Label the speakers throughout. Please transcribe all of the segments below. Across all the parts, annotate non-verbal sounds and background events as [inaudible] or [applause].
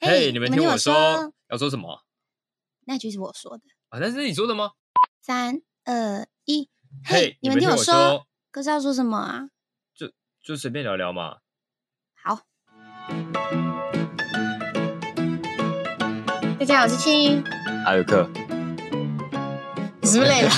Speaker 1: 嘿、
Speaker 2: 嘿
Speaker 1: 你们
Speaker 2: 我
Speaker 1: 听我
Speaker 2: 我
Speaker 1: 说，要说什么
Speaker 2: 那句是我说的。
Speaker 1: 啊？那是你说的吗？
Speaker 2: 三二一，嘿，你们听
Speaker 1: 听
Speaker 2: 我
Speaker 1: 说，
Speaker 2: 可是要说什么啊？
Speaker 1: 就随便聊聊嘛。
Speaker 2: 好，大家好，我是青云，
Speaker 1: 还有课，
Speaker 3: [laughs]
Speaker 2: 你是不是累了？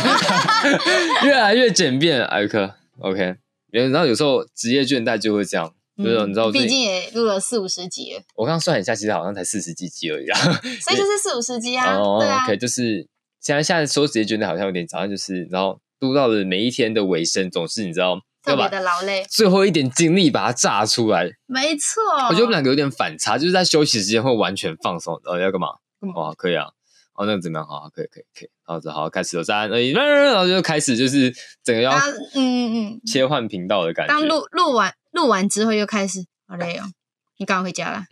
Speaker 1: 越来越简便。艾瑞克，OK，然后有时候职业倦怠就会这样， [laughs] 就是你知道我最
Speaker 3: 嗯
Speaker 1: 近
Speaker 3: 毕竟也录了四五十集了，
Speaker 1: 我刚刚算一下，其实好像才四十几集而已啊。
Speaker 3: 所以就是四五十集
Speaker 1: [laughs]
Speaker 3: 啊，
Speaker 1: 哦
Speaker 3: 对啊，
Speaker 1: ，OK，就是现在现在说职业倦怠好像有点早上就是，然后录到了每一天的尾声，总是你知道
Speaker 3: 特
Speaker 1: 要
Speaker 3: 别
Speaker 1: 把
Speaker 3: 的劳累，
Speaker 1: 最后一点精力把它榨出来。
Speaker 3: 没错。
Speaker 1: 我觉得我们
Speaker 3: 嗯
Speaker 1: 两个有点反差，就是在休息时间会完全放松。呃，要干嘛？
Speaker 3: 干嘛
Speaker 1: 哦，可以啊。哦，那个怎么样？好，好可以，可以，可以。好，这好，开始了，三二一， [laughs] 然后就开始，就是整个要
Speaker 3: 当嗯嗯，
Speaker 1: 切换频道的感觉。
Speaker 3: 当录录完录完之后又开始好累哦， [laughs] 你赶快回家啦。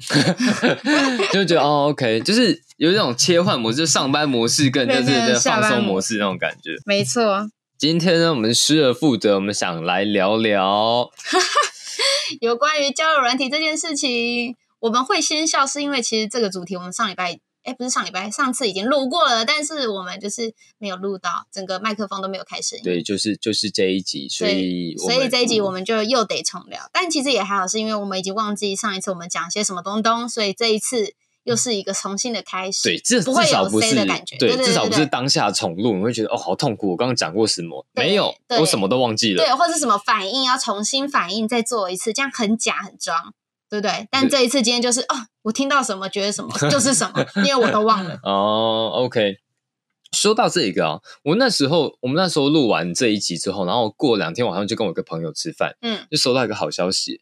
Speaker 1: 就觉得哦，OK，就是有一种切换模式，就上班模式跟就是
Speaker 3: 对对
Speaker 1: 这
Speaker 3: 下
Speaker 1: 放
Speaker 3: 班
Speaker 1: 松模
Speaker 3: 模
Speaker 1: 式那种感觉。
Speaker 3: 没错，
Speaker 1: 今天呢，我们失而复得，我们想来聊聊
Speaker 3: 有关于交友软体这件事情，我们会先笑，是因为其实这个主题我们上礼拜。哎，不是上礼拜，上次已经录过了，但是我们就是没有录到，整个麦克风都没有开声音。
Speaker 1: 对，就是就是这一集，所以我
Speaker 3: 所
Speaker 1: 们嗯
Speaker 3: 以这一集我们就又得重聊。但其实也还好，是因为我们已经忘记上一次我们讲些什么东东，所以这一次又是一个重新的开始。
Speaker 1: 对，至至
Speaker 3: 不会
Speaker 1: 少
Speaker 3: 有
Speaker 1: 不
Speaker 3: say
Speaker 1: 是
Speaker 3: 的感觉对对
Speaker 1: 至
Speaker 3: 对
Speaker 1: 少
Speaker 3: 对
Speaker 1: 不是
Speaker 3: 对
Speaker 1: 当下重录，你会觉得哦好痛苦，我刚刚讲过什么？
Speaker 3: 对
Speaker 1: 没有，
Speaker 3: 对
Speaker 1: 我什么都忘记了
Speaker 3: 对，。或是什么反应要重新反应再做一次，这样很假很装，对不对？但
Speaker 1: 对
Speaker 3: 这一次今天就是哦，我听到什么觉得什么
Speaker 1: [laughs]
Speaker 3: 就是什么，因为我都忘了。
Speaker 1: 哦，OK。说到这个啊，我那时候我们那时候录完这一集之后，然后过两天晚上就跟我一个朋友吃饭， [laughs]
Speaker 3: 嗯，
Speaker 1: 就收到一个好消息，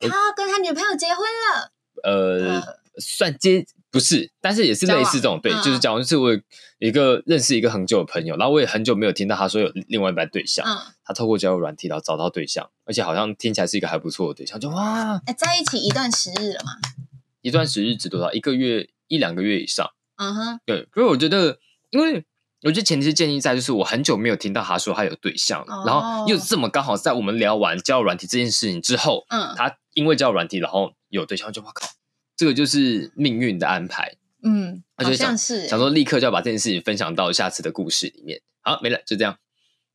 Speaker 3: 他跟他女朋友结婚了，
Speaker 1: 呃，
Speaker 3: 呃
Speaker 1: 算接不是，但是也是类似这种，对，
Speaker 3: 交往嗯
Speaker 1: 就是讲就是我有一个认识一个很久的朋友，然后我也很久没有听到他说有另外一半对象，
Speaker 3: 嗯，
Speaker 1: 他透过交友软体然后找到对象，而且好像听起来是一个还不错的对象，就哇，
Speaker 3: 哎在一起一段时日了嘛，
Speaker 1: 一段时日值多少？一个月一两个月以上。
Speaker 3: 嗯哼，
Speaker 1: 对，所以我觉得，因为我觉得前提是建议在，就是我很久没有听到他说他有对象了，
Speaker 3: 哦
Speaker 1: 然后又这么刚好在我们聊完交友软体这件事情之后，
Speaker 3: 嗯
Speaker 1: 他因为交友软体然后有对象，就我靠，这个就是命运的安排，
Speaker 3: 嗯，
Speaker 1: 他
Speaker 3: 好
Speaker 1: 就
Speaker 3: 像是、
Speaker 1: 想说立刻就要把这件事情分享到下次的故事里面。好，没了，就这样。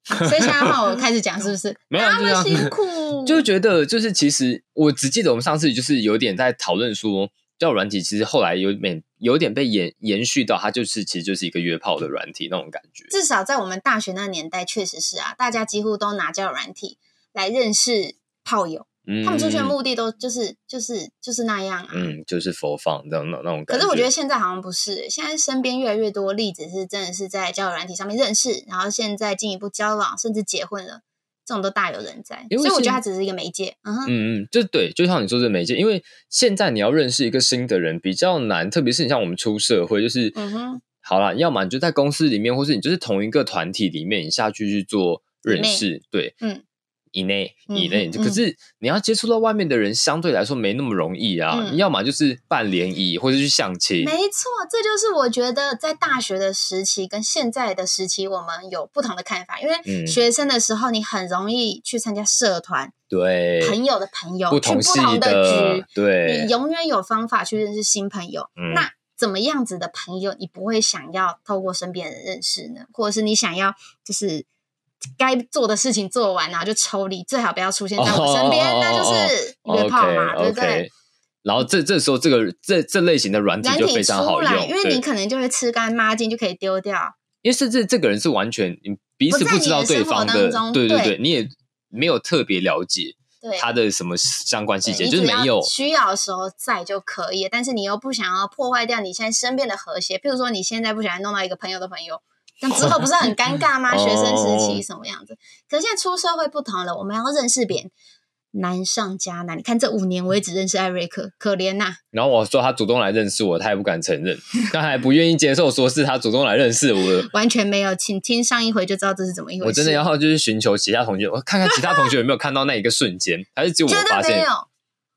Speaker 3: 所以现在换我开始讲是不是？
Speaker 1: [laughs] 没有啊
Speaker 3: 他
Speaker 1: 就
Speaker 3: 们
Speaker 1: 这样
Speaker 3: 辛苦，
Speaker 1: [laughs] 就觉得就是其实我只记得我们上次就是有点在讨论说，交友软体其实后来有点有点被延延续到它就是其实就是一个约炮的软体那种感觉。
Speaker 3: 至少在我们大学那个年代，确实是啊，大家几乎都拿交友软体来认识炮友，
Speaker 1: 嗯
Speaker 3: 他们出去的目的都就是就是就是那样啊。
Speaker 1: 嗯，就是佛放那种那那种感
Speaker 3: 可是我觉得现在好像不是、现在身边越来越多例子是真的是在交友软体上面认识，然后现在进一步交往，甚至结婚了，这种都大有人在。
Speaker 1: 因为
Speaker 3: 所以我
Speaker 1: 现
Speaker 3: 觉得它只是一个媒介。嗯哼，
Speaker 1: 嗯嗯，就对，就像你说这媒介，因为现在你要认识一个新的人比较难，特别是你像我们出社会，就是
Speaker 3: 嗯哼，
Speaker 1: 好啦，要么你就在公司里面，或是你就是同一个团体里面，你下去去做认识，对，
Speaker 3: 嗯。
Speaker 1: 以内
Speaker 3: 嗯
Speaker 1: 以内，
Speaker 3: 嗯
Speaker 1: 可是你要接触到外面的人，相对来说没那么容易啊。
Speaker 3: 嗯
Speaker 1: 你要么就是办联谊，或者去相亲，
Speaker 3: 没错，这就是我觉得在大学的时期跟现在的时期，我们有不同的看法。因为
Speaker 1: 嗯
Speaker 3: 学生的时候，你很容易去参加社团，
Speaker 1: 对，
Speaker 3: 朋友的朋友，
Speaker 1: 不
Speaker 3: 去不
Speaker 1: 同系
Speaker 3: 同的局，
Speaker 1: 对
Speaker 3: 你，永远有方法去认识新朋友。
Speaker 1: 嗯
Speaker 3: 那怎么样子的朋友，你不会想要透过身边人认识呢？或者是你想要就是该做的事情做完，然后就抽离，最好不要出现在我身边，
Speaker 1: 哦哦哦哦
Speaker 3: 那就是约炮
Speaker 1: o
Speaker 3: 嘛，对
Speaker 1: k o
Speaker 3: 不对
Speaker 1: k？然后这这时候，这个这这类型的软体
Speaker 3: 软
Speaker 1: 就
Speaker 3: 体
Speaker 1: 非常
Speaker 3: 出
Speaker 1: 好
Speaker 3: 来，
Speaker 1: 用，
Speaker 3: 因为
Speaker 1: 对
Speaker 3: 你可能就会吃干抹净，就可以丢掉。
Speaker 1: 因为甚至这个人是完全你彼此
Speaker 3: 不在
Speaker 1: 不知道对方
Speaker 3: 你
Speaker 1: 的
Speaker 3: 的生活当，中
Speaker 1: 对对
Speaker 3: 对
Speaker 1: 对，你也没有特别了解
Speaker 3: 对，
Speaker 1: 他的什么相关细
Speaker 3: 对
Speaker 1: 节，
Speaker 3: 你
Speaker 1: 就是
Speaker 3: 只
Speaker 1: 没
Speaker 3: 要
Speaker 1: 有，
Speaker 3: 需要的时候在就可以，但是你又不想要破坏掉你现在身边的和谐。譬如说，你现在不想弄到一个朋友的朋友，那之后不是很尴
Speaker 1: [laughs]
Speaker 3: 尬吗？
Speaker 1: 哦
Speaker 3: 学生时期什么样子？可是现在出社会不同了，我们要认识别人，难上加难。你看这五年，我也只认识艾瑞克，可怜呐、
Speaker 1: 然后我说他主动来认识我，他也不敢承
Speaker 3: [laughs]
Speaker 1: 认，他还不愿意接受说是他主动来认识我的。
Speaker 3: 完全没有。请听上一回就知道这是怎么一回事。
Speaker 1: 我真的要就是寻求其他同学，我看看其他同学有没有看到那一个瞬间，还是只有我
Speaker 3: 绝
Speaker 1: 发
Speaker 3: 对没
Speaker 1: 现
Speaker 3: 有，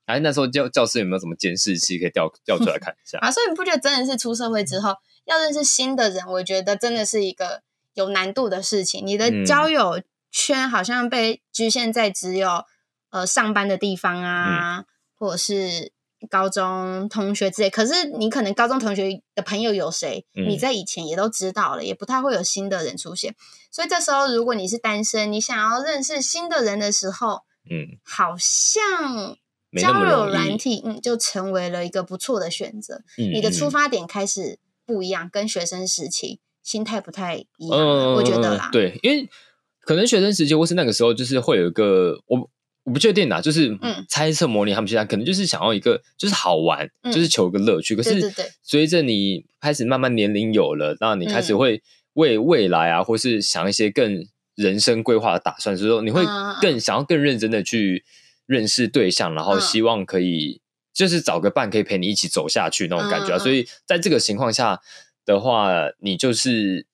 Speaker 1: 还是那时候教教室有没有什么监视器可以调调出来看
Speaker 3: [laughs]
Speaker 1: 一下？
Speaker 3: 啊，所以你不觉得真的是出社会之后要认识新的人，我觉得真的是一个有难度的事情。你
Speaker 1: 嗯
Speaker 3: 的交友圈好像
Speaker 1: 嗯
Speaker 3: 被局限在只有呃上班的地方啊，或者是高中同学之类，可是你可能高中同学的朋友有谁，
Speaker 1: 嗯
Speaker 3: 你在以前也都知道了，也不太会有新的人出现。所以这时候，如果你是单身，你想要认识新的人的时候，
Speaker 1: 嗯，
Speaker 3: 好像
Speaker 1: 没那
Speaker 3: 交
Speaker 1: 么
Speaker 3: 友
Speaker 1: 容
Speaker 3: 软
Speaker 1: 易。
Speaker 3: 体，嗯，就成为了一个不错的选择。
Speaker 1: 嗯
Speaker 3: 你的
Speaker 1: 嗯
Speaker 3: 出发点开始不一样，跟学生时期心态不太一样，
Speaker 1: 嗯，
Speaker 3: 我觉得啦。
Speaker 1: 对，因为可能学生时期或是那个时候，就是会有一个我不我不确定啦，就是
Speaker 3: 嗯
Speaker 1: 猜测模拟他们现在可能就是想要一个就是好玩，
Speaker 3: 嗯
Speaker 1: 就是求个乐趣。可
Speaker 3: 对
Speaker 1: 是
Speaker 3: 对对
Speaker 1: 随着你开始慢慢年龄有了，那你开始
Speaker 3: 嗯
Speaker 1: 会为未来啊，或是想一些更人生规划的打算之后，你会
Speaker 3: 嗯嗯嗯
Speaker 1: 更想要更认真的去认识对象，然后
Speaker 3: 嗯
Speaker 1: 希望可以。就是找个伴可以陪你一起走下去那种感觉啊，
Speaker 3: 嗯嗯嗯
Speaker 1: 所以在这个情况下的话，你就是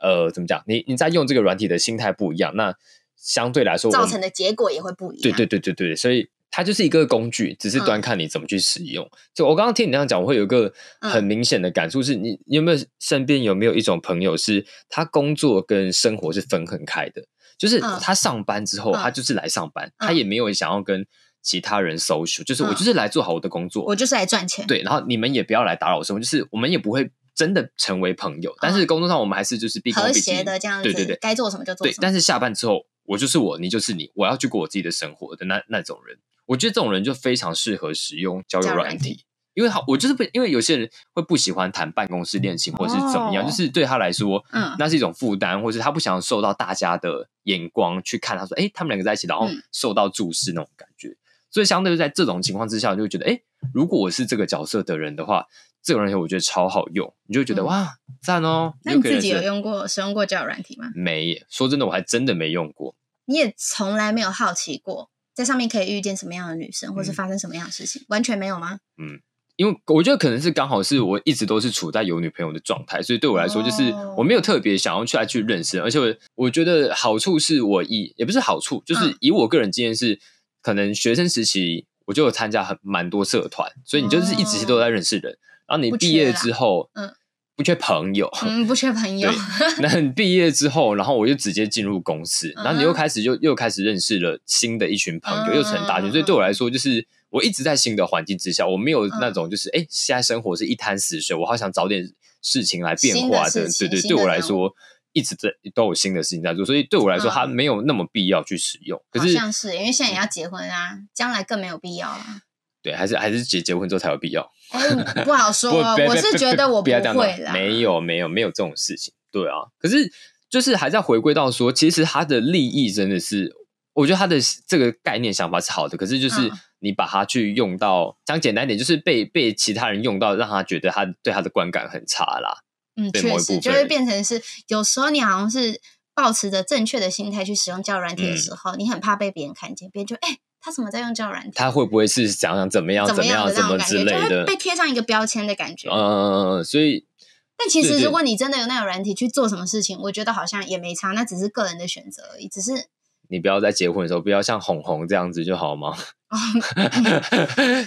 Speaker 1: 呃，怎么讲？你你在用这个软体的心态不一样，那相对来说我
Speaker 3: 造
Speaker 1: 们
Speaker 3: 成的结果也会不一样。
Speaker 1: 对对对对对，所以它就是一个工具，只是端
Speaker 3: 嗯
Speaker 1: 看你怎么去使用。就我刚刚听你那样讲，我会有一个很
Speaker 3: 嗯
Speaker 1: 明显的感触是，你你有没有身边有没有一种朋友是他工作跟生活是分很开的？就是
Speaker 3: 嗯
Speaker 1: 他上班之后，
Speaker 3: 嗯
Speaker 1: 他就是来上班，他
Speaker 3: 嗯
Speaker 1: 也没有想要跟其他人 social，就是我
Speaker 3: 嗯
Speaker 1: 就是来做好我的工作，
Speaker 3: 我就是来赚钱。
Speaker 1: 对，然后你们也不要来打扰我生活，就是我们也不会真的成为朋友，但是工作上我们还是就是毕恭
Speaker 3: 嗯和
Speaker 1: 毕敬
Speaker 3: 谐的这样子，
Speaker 1: 对对对
Speaker 3: 该做什么就做
Speaker 1: 对
Speaker 3: 什，么。
Speaker 1: 但是下班之后，我就是我，你就是你，我要去过我自己的生活的那那种人，我觉得这种人就非常适合使用交
Speaker 3: 交
Speaker 1: 友
Speaker 3: 友
Speaker 1: 软
Speaker 3: 软
Speaker 1: 体，因为好，我就是不因为有些人会不喜欢谈办公室恋情或是怎么样，
Speaker 3: 哦
Speaker 1: 就是对他来说。
Speaker 3: 嗯，
Speaker 1: 那是一种负担，或是他不想受到大家的眼光去看，他说：“哎、他们两个在一起，然后
Speaker 3: 嗯
Speaker 1: 受到注视那种感觉。所以，相对在这种情况之下，你就会觉得：“哎、如果我是这个角色的人的话，这种人我觉得超好用。”你就会觉得：“
Speaker 3: 嗯
Speaker 1: 哇，赞哦！”
Speaker 3: 那
Speaker 1: 就
Speaker 3: 你
Speaker 1: 可以
Speaker 3: 自己
Speaker 1: 认
Speaker 3: 有
Speaker 1: 识
Speaker 3: 用过使用过交友软体吗？
Speaker 1: 没耶？说真的，我还真的没用过。
Speaker 3: 你也从来没有好奇过，在上面可以遇见什么样的女生，或是
Speaker 1: 嗯
Speaker 3: 发生什么样的事情，完全没有吗？
Speaker 1: 因为我觉得可能是刚好是我一直都是处在有女朋友的状态，所以对我来说就是
Speaker 3: 哦
Speaker 1: 我没有特别想要去来去认识，而且我我觉得好处是我以也不是好处，就是
Speaker 3: 嗯
Speaker 1: 以我个人经验是，可能学生时期我就有参加很蛮多社团，所以你就是一直都在认识人，然后你
Speaker 3: 哦不缺
Speaker 1: 毕业
Speaker 3: 啦
Speaker 1: 之后，
Speaker 3: 嗯，
Speaker 1: 不缺朋友， [laughs]
Speaker 3: 嗯，不缺朋友
Speaker 1: 对。
Speaker 3: [laughs]
Speaker 1: 那你毕业之后，然后我就直接进入公司，然后你又
Speaker 3: 嗯
Speaker 1: 开始又又开始认识了新的一群朋友，又成大群。
Speaker 3: 嗯
Speaker 1: 所以对我来说，就是我一直在新的环境之下，我没有那
Speaker 3: 嗯
Speaker 1: 种就是哎、诶现在生活是一滩死水，我好想找点事情来变
Speaker 3: 新的
Speaker 1: 化
Speaker 3: 事
Speaker 1: 的。对
Speaker 3: 情
Speaker 1: 对，
Speaker 3: 新
Speaker 1: 对
Speaker 3: 的
Speaker 1: 我来
Speaker 3: 任务
Speaker 1: 说，一直在都有新的事情在做，所以对我来说，
Speaker 3: 嗯
Speaker 1: 它没有那么必要去使用。可
Speaker 3: 好
Speaker 1: 是嗯
Speaker 3: 像是，因为现在也要结婚啊，将来更没有必要
Speaker 1: [laughs]
Speaker 3: 了。
Speaker 1: 对，还是还是结结婚之后才有必要。
Speaker 3: 哎，不好说啊，
Speaker 1: 不别
Speaker 3: 我
Speaker 1: 别
Speaker 3: 是
Speaker 1: 别
Speaker 3: 觉
Speaker 1: 别
Speaker 3: 得我
Speaker 1: 不要这样
Speaker 3: 会
Speaker 1: 讲
Speaker 3: 啦。
Speaker 1: 没有没有没有这种事情，对啊。可是就是还在回归到说，其实他的利益真的是，我觉得他的这个概念想法是好的，可是就是
Speaker 3: 嗯
Speaker 1: 你把它去用到，讲简单一点，就是被被其他人用到，让他觉得他对他的观感很差啦。
Speaker 3: 嗯，
Speaker 1: 对
Speaker 3: 确
Speaker 1: 某一
Speaker 3: 实
Speaker 1: 部
Speaker 3: 就
Speaker 1: 分
Speaker 3: 会变成是，有时候你好像是保持着正确的心态去使用交友软体的
Speaker 1: 嗯
Speaker 3: 时候，你很怕被别人看见，别人就哎、他怎么在用交友软体？
Speaker 1: 他会不会是想想怎么样
Speaker 3: 怎
Speaker 1: 么
Speaker 3: 样
Speaker 1: 样
Speaker 3: 的
Speaker 1: 怎
Speaker 3: 那种
Speaker 1: 么
Speaker 3: 感
Speaker 1: 之
Speaker 3: 觉，
Speaker 1: 类
Speaker 3: 就会
Speaker 1: 的？
Speaker 3: 被贴上一个标签的感觉。
Speaker 1: 嗯，所以
Speaker 3: 但其
Speaker 1: 对
Speaker 3: 实
Speaker 1: 对
Speaker 3: 如果你真的有那种软体去做什么事情，我觉得好像也没差，那只是个人的选择而已，只是
Speaker 1: 你不要在结婚的时候不要像红红这样子就好吗？
Speaker 3: 哦，
Speaker 1: [laughs]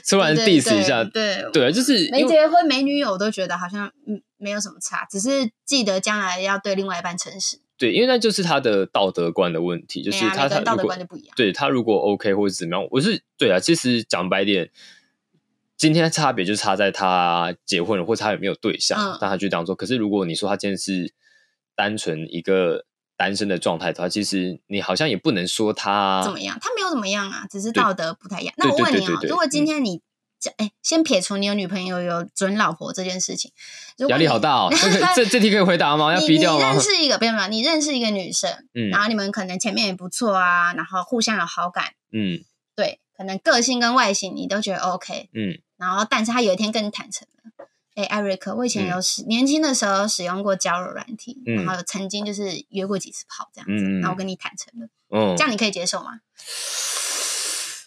Speaker 1: 突然
Speaker 3: 对对
Speaker 1: diss 一下，
Speaker 3: 对。
Speaker 1: 对，啊就是因
Speaker 3: 没
Speaker 1: 为
Speaker 3: 结婚没女友，我都觉得好像嗯没有什么差，只是记得将来要对另外一半诚实。
Speaker 1: 对，因为那就是他的道德观的问题，就是
Speaker 3: 哎呀
Speaker 1: 他
Speaker 3: 每个
Speaker 1: 他
Speaker 3: 人道
Speaker 1: 如
Speaker 3: 德
Speaker 1: 果
Speaker 3: 观就不一样。
Speaker 1: 对他如果 OK 或者怎么样，我是对啊。其实讲白点，今天的差别就差在他结婚了，或者他有没有对象，
Speaker 3: 嗯
Speaker 1: 那他就当做。可是如果你说他今天是单纯一个单身的状态的话，其实你好像也不能说他
Speaker 3: 怎么样？他没有怎么样啊，只是
Speaker 1: 啊对
Speaker 3: 道德不太一样。
Speaker 1: 对
Speaker 3: 那我
Speaker 1: 对
Speaker 3: 问
Speaker 1: 对
Speaker 3: 你
Speaker 1: 对
Speaker 3: 哦，
Speaker 1: 对
Speaker 3: 如果今
Speaker 1: 嗯
Speaker 3: 天你这哎，先撇除你有女朋友、有准老婆这件事情，如果
Speaker 1: 压力
Speaker 3: 你
Speaker 1: 好。
Speaker 3: [laughs]
Speaker 1: 大哦。这个这这题可以回答吗？要
Speaker 3: 你
Speaker 1: 逼
Speaker 3: 你
Speaker 1: 掉吗
Speaker 3: 认？识一啊个，不要不要，你认识一个女生，
Speaker 1: 嗯
Speaker 3: 然后你们可能前面也不错啊，然后互相有好感，
Speaker 1: 嗯
Speaker 3: 对，可能个性跟外形你都觉得 OK，
Speaker 1: 嗯
Speaker 3: 然后但是她有一天跟你坦诚了，哎，艾瑞克，我以前有使、年轻的时候使用过交友软体，
Speaker 1: 嗯
Speaker 3: 然后有曾经就是约过几次炮这样子，
Speaker 1: 嗯嗯
Speaker 3: 然后我跟你坦诚了，
Speaker 1: 嗯
Speaker 3: 这，样你可以接受吗？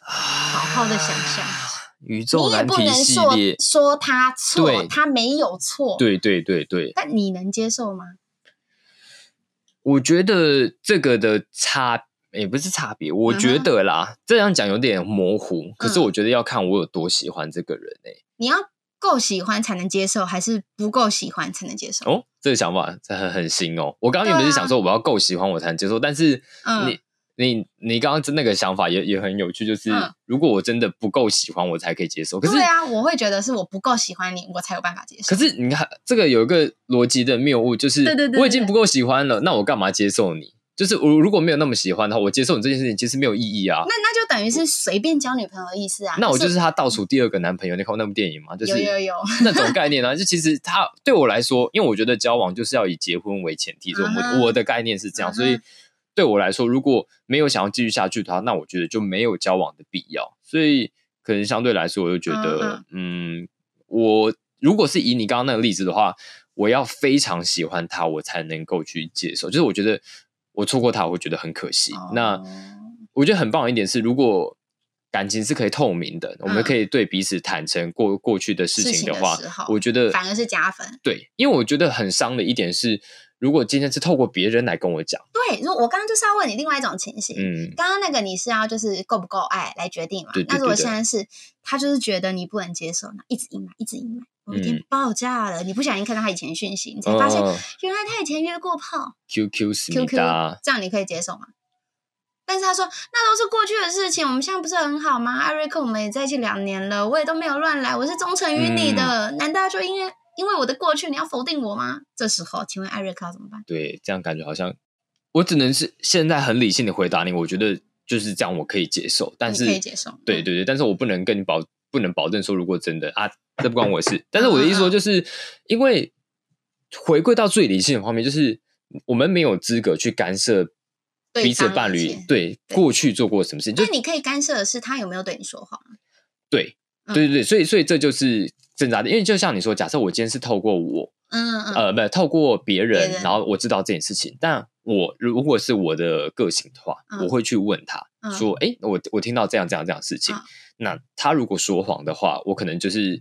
Speaker 1: 好
Speaker 3: 好地想象
Speaker 1: 啊宇宙
Speaker 3: 你也
Speaker 1: 难
Speaker 3: 不
Speaker 1: 题
Speaker 3: 能
Speaker 1: 系
Speaker 3: 说
Speaker 1: 列，
Speaker 3: 说他错
Speaker 1: 对，
Speaker 3: 他没有错。，
Speaker 1: 对对对对，
Speaker 3: 但你能接受吗？
Speaker 1: 我觉得这个的差也不是差别，我
Speaker 3: 嗯
Speaker 1: 觉得啦，这样讲有点模糊。可是我觉得要看我有多喜欢这个人欸诶、
Speaker 3: 你要够喜欢才能接受，还是不够喜欢才能接受？
Speaker 1: 哦，这个想法这很很新哦。我刚刚
Speaker 3: 对
Speaker 1: 原
Speaker 3: 啊
Speaker 1: 本是想说我要够喜欢我才能接受，但是
Speaker 3: 嗯
Speaker 1: 你你你刚刚那个想法也也很有趣，就是、
Speaker 3: 嗯
Speaker 1: 如果我真的不够喜欢，我才可以接受。可是
Speaker 3: 对啊，我会觉得是我不够喜欢你，我才有办法接
Speaker 1: 可
Speaker 3: 受。
Speaker 1: 是你看，这个有一个逻辑的谬误，就是
Speaker 3: 对对对
Speaker 1: 我已经不够喜欢了，那我干嘛接受你？就是我如果没有那么喜欢的话，我接受你这件事情其实没有意义啊。
Speaker 3: 那那就等于是随便交女朋友的意思啊。
Speaker 1: 那我就是他倒数第二个男朋友，你看过那部电影吗？就是
Speaker 3: 有有有
Speaker 1: 那种概念啊。就其实他对我来说，因为我觉得交往就是要以结婚为前提，所以我、
Speaker 3: 嗯哼
Speaker 1: 我的概念是这样，
Speaker 3: 嗯哼
Speaker 1: 所以对我来说，如果没有想要继续下去的话，那我觉得就没有交往的必要。所以可能相对来说，我就觉得，嗯我如果是以你刚刚那个例子的话，我要非常喜欢他，我才能够去接受。就是我觉得我错过他，我会觉得很可惜。
Speaker 3: 哦
Speaker 1: 那我觉得很棒的一点是，如果感情是可以透明的，我
Speaker 3: 嗯
Speaker 1: 们可以对彼此坦诚过过去的事
Speaker 3: 事
Speaker 1: 情
Speaker 3: 情的
Speaker 1: 话
Speaker 3: 时候，
Speaker 1: 我觉得
Speaker 3: 反而是加分。
Speaker 1: 对，因为我觉得很伤的一点是，如果今天是透过别人来跟我讲，
Speaker 3: 对，如我刚刚就是要问你另外一种情形。
Speaker 1: 嗯，
Speaker 3: 刚刚那个你是要就是够不够爱来决定嘛？
Speaker 1: 对对
Speaker 3: 那如果
Speaker 1: 对对
Speaker 3: 现在是他就是觉得你不能接受，那一直隐瞒，一直隐瞒，我有
Speaker 1: 嗯
Speaker 3: 点爆炸了。你不小心看到他以前的讯息，你才发现
Speaker 1: 哦
Speaker 3: 原来他以前约过炮
Speaker 1: QQ 思密
Speaker 3: ，QQ，
Speaker 1: 达，
Speaker 3: 这样你可以接受吗？但是他说那都是过去的事情，我们现在不是很好吗？艾瑞克，我们也在一起两年了，我也都没有乱来，我是忠诚于你的，
Speaker 1: 嗯
Speaker 3: 难道就因为因为我的过去你要否定我吗？这时候，请问艾瑞克要怎么办？
Speaker 1: 对，这样感觉好像我只能是现在很理性的回答你，我觉得就是这样，我可以接受，但是
Speaker 3: 你可以接受，
Speaker 1: 对
Speaker 3: 嗯
Speaker 1: 对对，但是我不能跟你保，不能保证说如果真的啊，这不关我的
Speaker 3: [laughs]
Speaker 1: 事。但是我的意
Speaker 3: 嗯
Speaker 1: 思说，就是因为回归到最理性的方面，就是我们没有资格去干涉
Speaker 3: 对
Speaker 1: 彼此的
Speaker 3: 方
Speaker 1: 伴
Speaker 3: 一
Speaker 1: 侣
Speaker 3: 切
Speaker 1: 对
Speaker 3: 对
Speaker 1: 过去做过什么事情，就
Speaker 3: 那你可以干涉的是他有没有对你说谎。
Speaker 1: 对
Speaker 3: 嗯
Speaker 1: 对对对，所以所以这就是挣扎的，因为就像你说，假设我今天是透过我
Speaker 3: 嗯嗯，嗯
Speaker 1: 呃，不是透过别人，
Speaker 3: 别人
Speaker 1: 然后我知道这件事情。但我如果是我的个性的话，
Speaker 3: 嗯
Speaker 1: 我会去问他、
Speaker 3: 嗯
Speaker 1: 说：“诶，我我听到这样这样这样的事情。
Speaker 3: 嗯
Speaker 1: 那他如果说谎的话，我可能就是，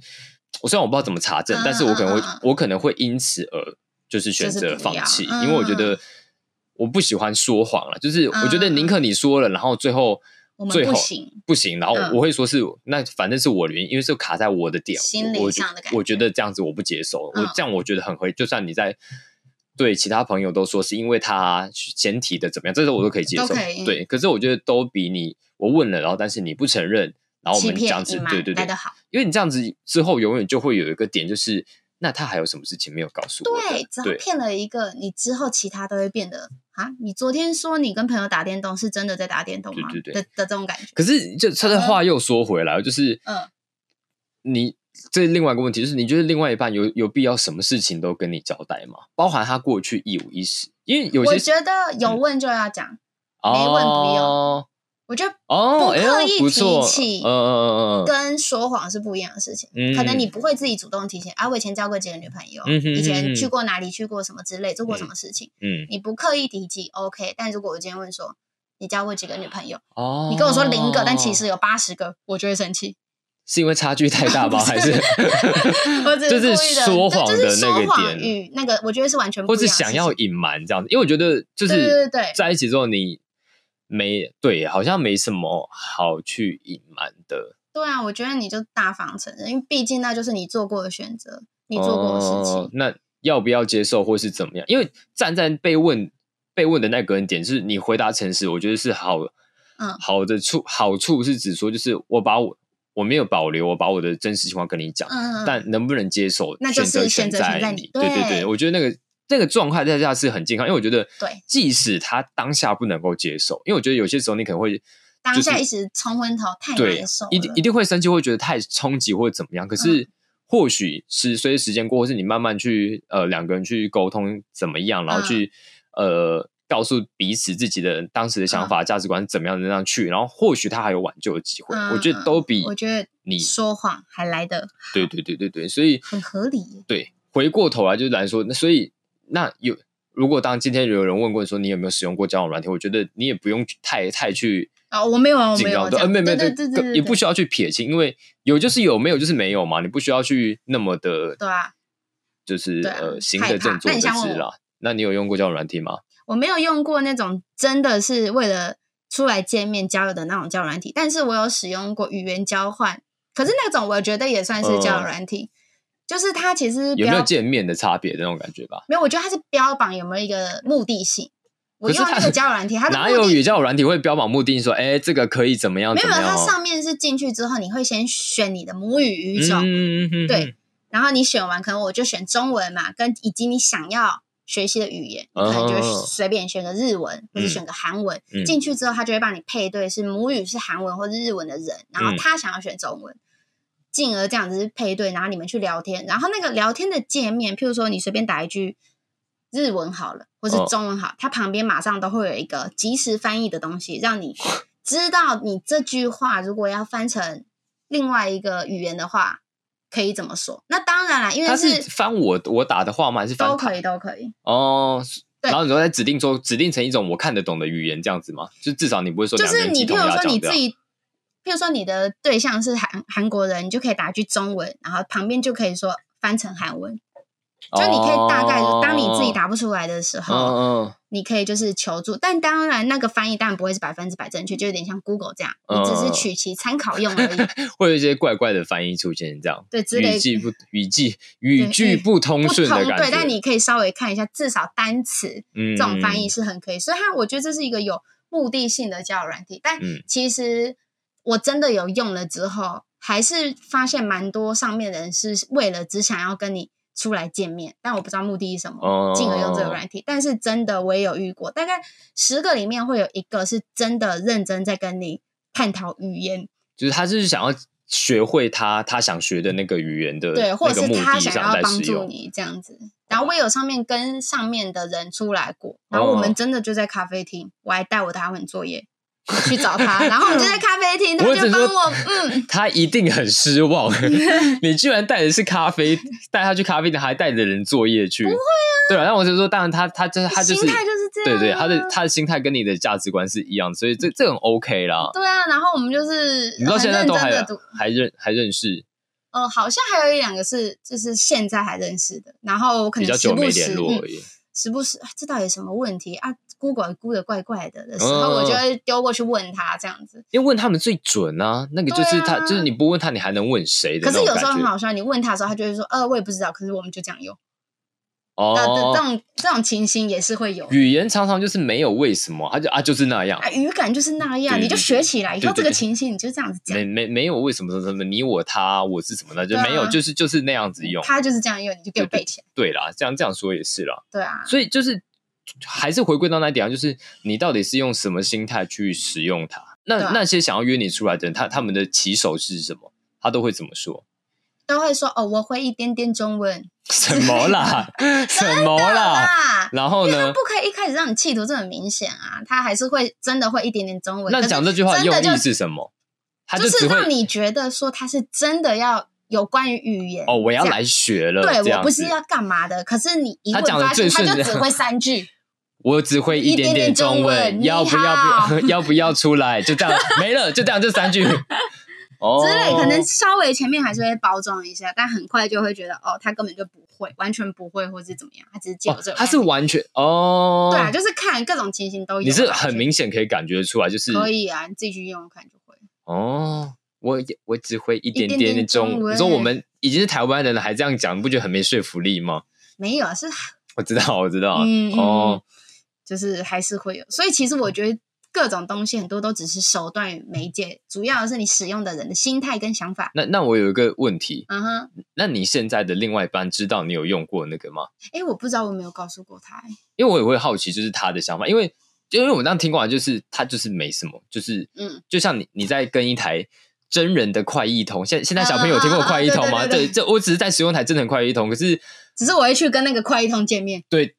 Speaker 1: 我虽然我不知道怎么查证，
Speaker 3: 嗯
Speaker 1: 但是我可能会，
Speaker 3: 嗯嗯嗯
Speaker 1: 我可能会因此而就是选
Speaker 3: 就是
Speaker 1: 择
Speaker 3: 不
Speaker 1: 放
Speaker 3: 要
Speaker 1: 弃，
Speaker 3: 嗯
Speaker 1: 因为我觉
Speaker 3: 嗯
Speaker 1: 得我不喜欢说谎了。就是我觉得
Speaker 3: 嗯嗯
Speaker 1: 宁可你说了，然后最后
Speaker 3: 我们
Speaker 1: 最后
Speaker 3: 不行
Speaker 1: 不行，然后
Speaker 3: 嗯
Speaker 1: 我会说是、那反正是我的原因，因为是卡在我的点，
Speaker 3: 心理
Speaker 1: 我我觉
Speaker 3: 上的感
Speaker 1: 我觉
Speaker 3: 觉
Speaker 1: 得这样子我不接受，
Speaker 3: 嗯
Speaker 1: 我这样我觉得很合理。就算你在对其他朋友都说是因为他前提的怎么样，这时候我都可以接受
Speaker 3: 都可以，
Speaker 1: 对。可是我觉得都比你我问了，然后但是你不承认，然后我
Speaker 3: 欺
Speaker 1: 们这样
Speaker 3: 骗、
Speaker 1: 子
Speaker 3: 隐，
Speaker 1: 对
Speaker 3: 瞒
Speaker 1: 对
Speaker 3: 来
Speaker 1: 对
Speaker 3: 得，好。
Speaker 1: 因为你这样子之后永远就会有一个点，就是那他还有什么事情没有告诉我的？
Speaker 3: 对，只要骗了一个，你之后其他都会变得啊，你昨天说你跟朋友打电动，是真的在打电动吗？
Speaker 1: 对对对
Speaker 3: 的的这种感觉。
Speaker 1: 可是就他的话又说回来，就是
Speaker 3: 嗯
Speaker 1: 你这另外一个问题就是，你觉得另外一半有有必要什么事情都跟你交代吗？包含他过去一五一十，因为有
Speaker 3: 我
Speaker 1: 些是嗯
Speaker 3: 觉得有问就要讲，没问不用
Speaker 1: 哦
Speaker 3: 我觉得
Speaker 1: 哦，
Speaker 3: 不
Speaker 1: 哎
Speaker 3: 刻
Speaker 1: 呦
Speaker 3: 意
Speaker 1: 不
Speaker 3: 提
Speaker 1: 错，
Speaker 3: 起
Speaker 1: 嗯嗯嗯嗯嗯，
Speaker 3: 跟说谎是不一样的事情。
Speaker 1: 嗯
Speaker 3: 可能你不会自己主动提起啊，我以前交过几个女朋友，
Speaker 1: 嗯哼嗯
Speaker 3: 以
Speaker 1: 哼
Speaker 3: 前去过哪里，去过什么之类，做过什么事情，
Speaker 1: 嗯
Speaker 3: 你不刻意提及，OK。但如果我今天问说你交过几个女朋友，
Speaker 1: 哦，
Speaker 3: 你跟我说零个，但其实有八十个，我就会生气。
Speaker 1: 是因为差距太大吗？
Speaker 3: [laughs] 不是
Speaker 1: 还是
Speaker 3: [laughs] 我只
Speaker 1: 就是
Speaker 3: 故意的
Speaker 1: 说谎
Speaker 3: 对
Speaker 1: 的
Speaker 3: 就是
Speaker 1: 那个
Speaker 3: 说谎
Speaker 1: 点
Speaker 3: 与那个，我觉得是完全不
Speaker 1: 或
Speaker 3: 一样
Speaker 1: 是
Speaker 3: 的事情。
Speaker 1: 想要隐瞒这样子？因为我觉得就是
Speaker 3: 对对对对
Speaker 1: 在一起之后你没对，好像没什么好去隐瞒的。
Speaker 3: 对啊，我觉得你就大方承认，因为毕竟那就是你做过的选择，你做过的事
Speaker 1: 哦
Speaker 3: 情。
Speaker 1: 那要不要接受，或是怎么样？因为站在被问被问的那个人点，就是你回答诚实，我觉得是好。
Speaker 3: 嗯
Speaker 1: 好的处好处是指说，就是我把我我没有保留，我把我的真实情况跟你讲，
Speaker 3: 嗯，嗯
Speaker 1: 但能不能接受，
Speaker 3: 那就是
Speaker 1: 选
Speaker 3: 选
Speaker 1: 择
Speaker 3: 择
Speaker 1: 权
Speaker 3: 权在
Speaker 1: 你
Speaker 3: 你。
Speaker 1: 对对对，
Speaker 3: 对
Speaker 1: 我觉得那个。那个状态在下是很健康，因为我觉得，
Speaker 3: 对
Speaker 1: 即使他当下不能够接受，因为我觉得有些时候你可能会
Speaker 3: 当
Speaker 1: 就
Speaker 3: 下
Speaker 1: 是
Speaker 3: 一时冲昏头太
Speaker 1: 对
Speaker 3: 难受，
Speaker 1: 一定
Speaker 3: 了嗯
Speaker 1: 一。定会生气，会觉得太冲击或者怎么样。可是或许是随着时间过，或是你慢慢去呃两个人去沟通怎么样，然后
Speaker 3: 嗯
Speaker 1: 去、呃告诉彼此自己的当时的想法、价值观是怎么样的那样去，然后或许他还有挽救的机会。
Speaker 3: 嗯
Speaker 1: 我觉得都比
Speaker 3: 我觉得
Speaker 1: 你
Speaker 3: 说谎还来的
Speaker 1: 对对对对对，所以
Speaker 3: 很合理耶。
Speaker 1: 对回过头来就来说，那所以那有。如果当今天有人问过你说你有没有使用过交友软体，我觉得你也不用去太太去
Speaker 3: 啊，我没有啊，我
Speaker 1: 紧
Speaker 3: 没
Speaker 1: 张
Speaker 3: 有啊，
Speaker 1: 的，
Speaker 3: 这
Speaker 1: 呃，
Speaker 3: 样
Speaker 1: 没有没有，
Speaker 3: 对
Speaker 1: 对
Speaker 3: 对
Speaker 1: 各
Speaker 3: 对对，
Speaker 1: 也不需
Speaker 3: 要。
Speaker 1: 要去撇清，因为有就是有，没有就是没有嘛，你不需要去那么的，
Speaker 3: 对啊，
Speaker 1: 就是
Speaker 3: 对啊
Speaker 1: 呃，行
Speaker 3: 害
Speaker 1: 的
Speaker 3: 怕
Speaker 1: 正坐
Speaker 3: 那
Speaker 1: 的
Speaker 3: 你想问
Speaker 1: 事
Speaker 3: 我
Speaker 1: 啦。那你有用过交友软体吗？
Speaker 3: 我没有用过那种真的是为了出来见面交友的那种交友软体，但是我有使用过语言交换，可是那种我觉得也算是交友软体，就是它其实
Speaker 1: 哦有没
Speaker 3: 标
Speaker 1: 有见面的差别的那种感觉吧？
Speaker 3: 没有，我觉得它是标榜有没有一个目的性。我用那
Speaker 1: 可是
Speaker 3: 个
Speaker 1: 它
Speaker 3: 交友软体，它的
Speaker 1: 哪
Speaker 3: 目
Speaker 1: 有
Speaker 3: 的
Speaker 1: 语教软体会标榜目的说，哎，这个可以怎么样
Speaker 3: 没
Speaker 1: 怎
Speaker 3: 有，
Speaker 1: 么
Speaker 3: 没有
Speaker 1: 样
Speaker 3: 它
Speaker 1: 哦？
Speaker 3: 上面是进去之后，你会先选你的母语语种，
Speaker 1: 嗯嗯嗯嗯
Speaker 3: 对，然后你选完，可能我就选中文嘛，跟以及你想要学习的语言，你可能就
Speaker 1: 哦
Speaker 3: 随便选个日文或者
Speaker 1: 嗯
Speaker 3: 选个韩文。
Speaker 1: 嗯
Speaker 3: 进去之后，他就会帮你配对是母语是韩文或者日文的人，然后
Speaker 1: 嗯
Speaker 3: 他想要选中文，进而这样子是配对，然后你们去聊天，然后那个聊天的界面，譬如说你随便打一句。日文好了，或是
Speaker 1: 哦
Speaker 3: 中文好，它旁边马上都会有一个即时翻译的东西，让你知道你这句话如果要翻成另外一个语言的话，可以怎么说？那当然啦，因为
Speaker 1: 它是翻我我打的话吗？还是翻
Speaker 3: 都
Speaker 1: 它
Speaker 3: 可以，都可以，
Speaker 1: 哦？
Speaker 3: 对
Speaker 1: 然后你说再指定说指定成一种我看得懂的语言这样子吗？就至少你不会说
Speaker 3: 就
Speaker 1: 两
Speaker 3: 是
Speaker 1: 人
Speaker 3: 你，
Speaker 1: 鸡
Speaker 3: 譬
Speaker 1: 同
Speaker 3: 如
Speaker 1: 鸭
Speaker 3: 说
Speaker 1: 讲
Speaker 3: 你
Speaker 1: 这
Speaker 3: 自
Speaker 1: 样。
Speaker 3: 己，譬如说你的对象是韩韩国人，你就可以打一句中文，然后旁边就可以说翻成韩文，就你可以大概
Speaker 1: 哦
Speaker 3: 当你自己，打不出来的时
Speaker 1: 嗯
Speaker 3: 候，
Speaker 1: 嗯
Speaker 3: 你可以就是求助，但当然那个翻译当然不会是百分之百正确，就有点像 Google 这样，你只是
Speaker 1: 嗯
Speaker 3: 取其参考用而已， [laughs]
Speaker 1: 嗯，会有一些怪怪的翻译出现，这样
Speaker 3: 对之类
Speaker 1: 语句不语句语句不通
Speaker 3: 不
Speaker 1: 顺
Speaker 3: 同
Speaker 1: 的感觉。嗯
Speaker 3: 对，但你可以稍微看一下，至少单词
Speaker 1: 这
Speaker 3: 这种翻译是很可以。所以它，我觉得这是一个有目的性的交友软体。但
Speaker 1: 嗯
Speaker 3: 其实我真的有用了之后，还是发现蛮多上面的人是为了只想要跟你出来见面，但我不知道目的是什么，
Speaker 1: 哦
Speaker 3: 进而用这个软体。但是真的我也有遇过，大概十个里面会有一个是真的认真在跟你探讨语言，
Speaker 1: 就是他是想要学会他他想学的那个语言的
Speaker 3: 对，或
Speaker 1: 那
Speaker 3: 者
Speaker 1: 个
Speaker 3: 是
Speaker 1: 目
Speaker 3: 他
Speaker 1: 的
Speaker 3: 想
Speaker 1: 上
Speaker 3: 要
Speaker 1: 在
Speaker 3: 帮
Speaker 1: 使
Speaker 3: 助
Speaker 1: 用。
Speaker 3: 你这样子。然后我有上面跟上面的人出来过，然后我们
Speaker 1: 哦
Speaker 3: 真的就在咖啡厅，我还带我的韩文作业去找他，然后我们就
Speaker 1: [laughs]
Speaker 3: 在咖啡厅，他
Speaker 1: 我只
Speaker 3: 就帮
Speaker 1: 说
Speaker 3: 我，嗯，
Speaker 1: [laughs] 他一定很失
Speaker 3: [laughs]
Speaker 1: 望，你居然带的是咖啡，带他去咖啡店，还带着人作业去，不会啊？对啊，那我就说，当然他他就是他就是
Speaker 3: 心态就是这样
Speaker 1: 对对，他
Speaker 3: 啊，
Speaker 1: 的他的心态跟你的价值观是一样，所以这这很 OK 啦。
Speaker 3: 对啊，然后我们就是
Speaker 1: 哦你到
Speaker 3: 很
Speaker 1: 现在
Speaker 3: 认
Speaker 1: 都
Speaker 3: 真
Speaker 1: 还
Speaker 3: 的读，
Speaker 1: 还认还认识，
Speaker 3: 呃，好像还有一两个是就是现在还认识的，然后可
Speaker 1: 比较
Speaker 3: 能时
Speaker 1: 久没
Speaker 3: 不时
Speaker 1: 联络而已
Speaker 3: 嗯，时不时、啊这到底什么问题啊？Google 估的怪怪的的时候，我就
Speaker 1: 嗯
Speaker 3: 会丢过去问他这样子。
Speaker 1: 因为问他们最准啊，那个就是他，
Speaker 3: 对啊
Speaker 1: 就是你不问他，你还能问谁的
Speaker 3: 可
Speaker 1: 那种
Speaker 3: 是有
Speaker 1: 感
Speaker 3: 时候很
Speaker 1: 觉？
Speaker 3: 好笑，你问他的时候，他就会说：“呃，我也不知道。”可是我们就这样用。那这这
Speaker 1: 哦，
Speaker 3: 种这种情形也是会有
Speaker 1: 语言常常就是没有为什么，他就啊就是那样，
Speaker 3: 啊，语感就是那样，
Speaker 1: 对
Speaker 3: 你就学起来，以后
Speaker 1: 对对
Speaker 3: 这个
Speaker 1: 对
Speaker 3: 情形你就这样子讲
Speaker 1: 没，没没有为什么什么什么你我他我是什么的，就
Speaker 3: 对啊嗯
Speaker 1: 没有，就是就是那样子用。
Speaker 3: 他就是这样用，你就给我
Speaker 1: 对
Speaker 3: 背起来。
Speaker 1: 对啦，这样这样说也是啦，
Speaker 3: 对啊，
Speaker 1: 所以就是还是回归到那点啊，就是你到底是用什么心态去使用它？
Speaker 3: 对啊
Speaker 1: 那那些想要约你出来的人，他他们的起手是什么？他都会怎么说？
Speaker 3: 都会说：“哦，我会一点点中文。
Speaker 1: 什么啦？ [laughs] 什么”啦？
Speaker 3: 啦，
Speaker 1: 啊然后
Speaker 3: 因为他
Speaker 1: 呢
Speaker 3: 不？可以一开始让你企图这么明显啊，他还是会真的会一点点中文。
Speaker 1: 那
Speaker 3: 可是
Speaker 1: 讲这句话的
Speaker 3: 真
Speaker 1: 用
Speaker 3: 的就
Speaker 1: 意是什么？他
Speaker 3: 就
Speaker 1: 只
Speaker 3: 是
Speaker 1: 会
Speaker 3: 让你觉得说他是真的要有关于语言
Speaker 1: 哦，我要
Speaker 3: 这样
Speaker 1: 来学了，这
Speaker 3: 对我
Speaker 1: 样
Speaker 3: 不
Speaker 1: 子
Speaker 3: 是。要干嘛的，可是你一
Speaker 1: 他
Speaker 3: 问
Speaker 1: 讲得
Speaker 3: 发
Speaker 1: 最
Speaker 3: 现他
Speaker 1: 顺
Speaker 3: 就
Speaker 1: 的
Speaker 3: 只会三句，
Speaker 1: 我只会一点点中
Speaker 3: 一点点中文
Speaker 1: 文，要不要 [laughs]
Speaker 3: 你
Speaker 1: 不要不要出来？就这样没了，就这样这三
Speaker 3: [laughs]
Speaker 1: 句。哦，
Speaker 3: 之类，可能稍微前面还是会包装一下，但很快就会觉得哦，他根本就不会，完全不会，或是怎么样，他只是借我
Speaker 1: 哦
Speaker 3: 这个、，
Speaker 1: 他是完全哦，
Speaker 3: 对啊，就是看各种情形都有，
Speaker 1: 你是
Speaker 3: 我觉得
Speaker 1: 很明显可以感觉出来，就是
Speaker 3: 可以啊，你自己去用看就会。
Speaker 1: 哦，我我只会一点
Speaker 3: 一点点
Speaker 1: 的
Speaker 3: 中
Speaker 1: 中
Speaker 3: 文
Speaker 1: 你说我们已经是台湾人了，还这样讲，你不觉得很没说服力吗？ [laughs]
Speaker 3: 没有啊，是
Speaker 1: 我知道，我知道，
Speaker 3: 嗯
Speaker 1: 哦，，
Speaker 3: 嗯就是还是会有，所以其实我觉得各种东西很多都只是手段与媒介，主要是你使用的人的心态跟想法。
Speaker 1: 那那我有一个问题，
Speaker 3: 嗯哼，
Speaker 1: 那你现在的另外一半知道你有用过那个吗？
Speaker 3: 哎，我不知道我有没有告诉过他、诶
Speaker 1: 因为我也会好奇，就是他的想法，因为因为我这样听过来，就是他就是没什么，就是
Speaker 3: 嗯，
Speaker 1: 就像你你在跟一台真人的快译通，现现在小朋友有听过快译通
Speaker 3: 啊啊啊
Speaker 1: 吗？
Speaker 3: 对对对
Speaker 1: 对，这我只是在使用台真人快译通，可是
Speaker 3: 只是我会去跟那个快一通见面。 [laughs]
Speaker 1: 对，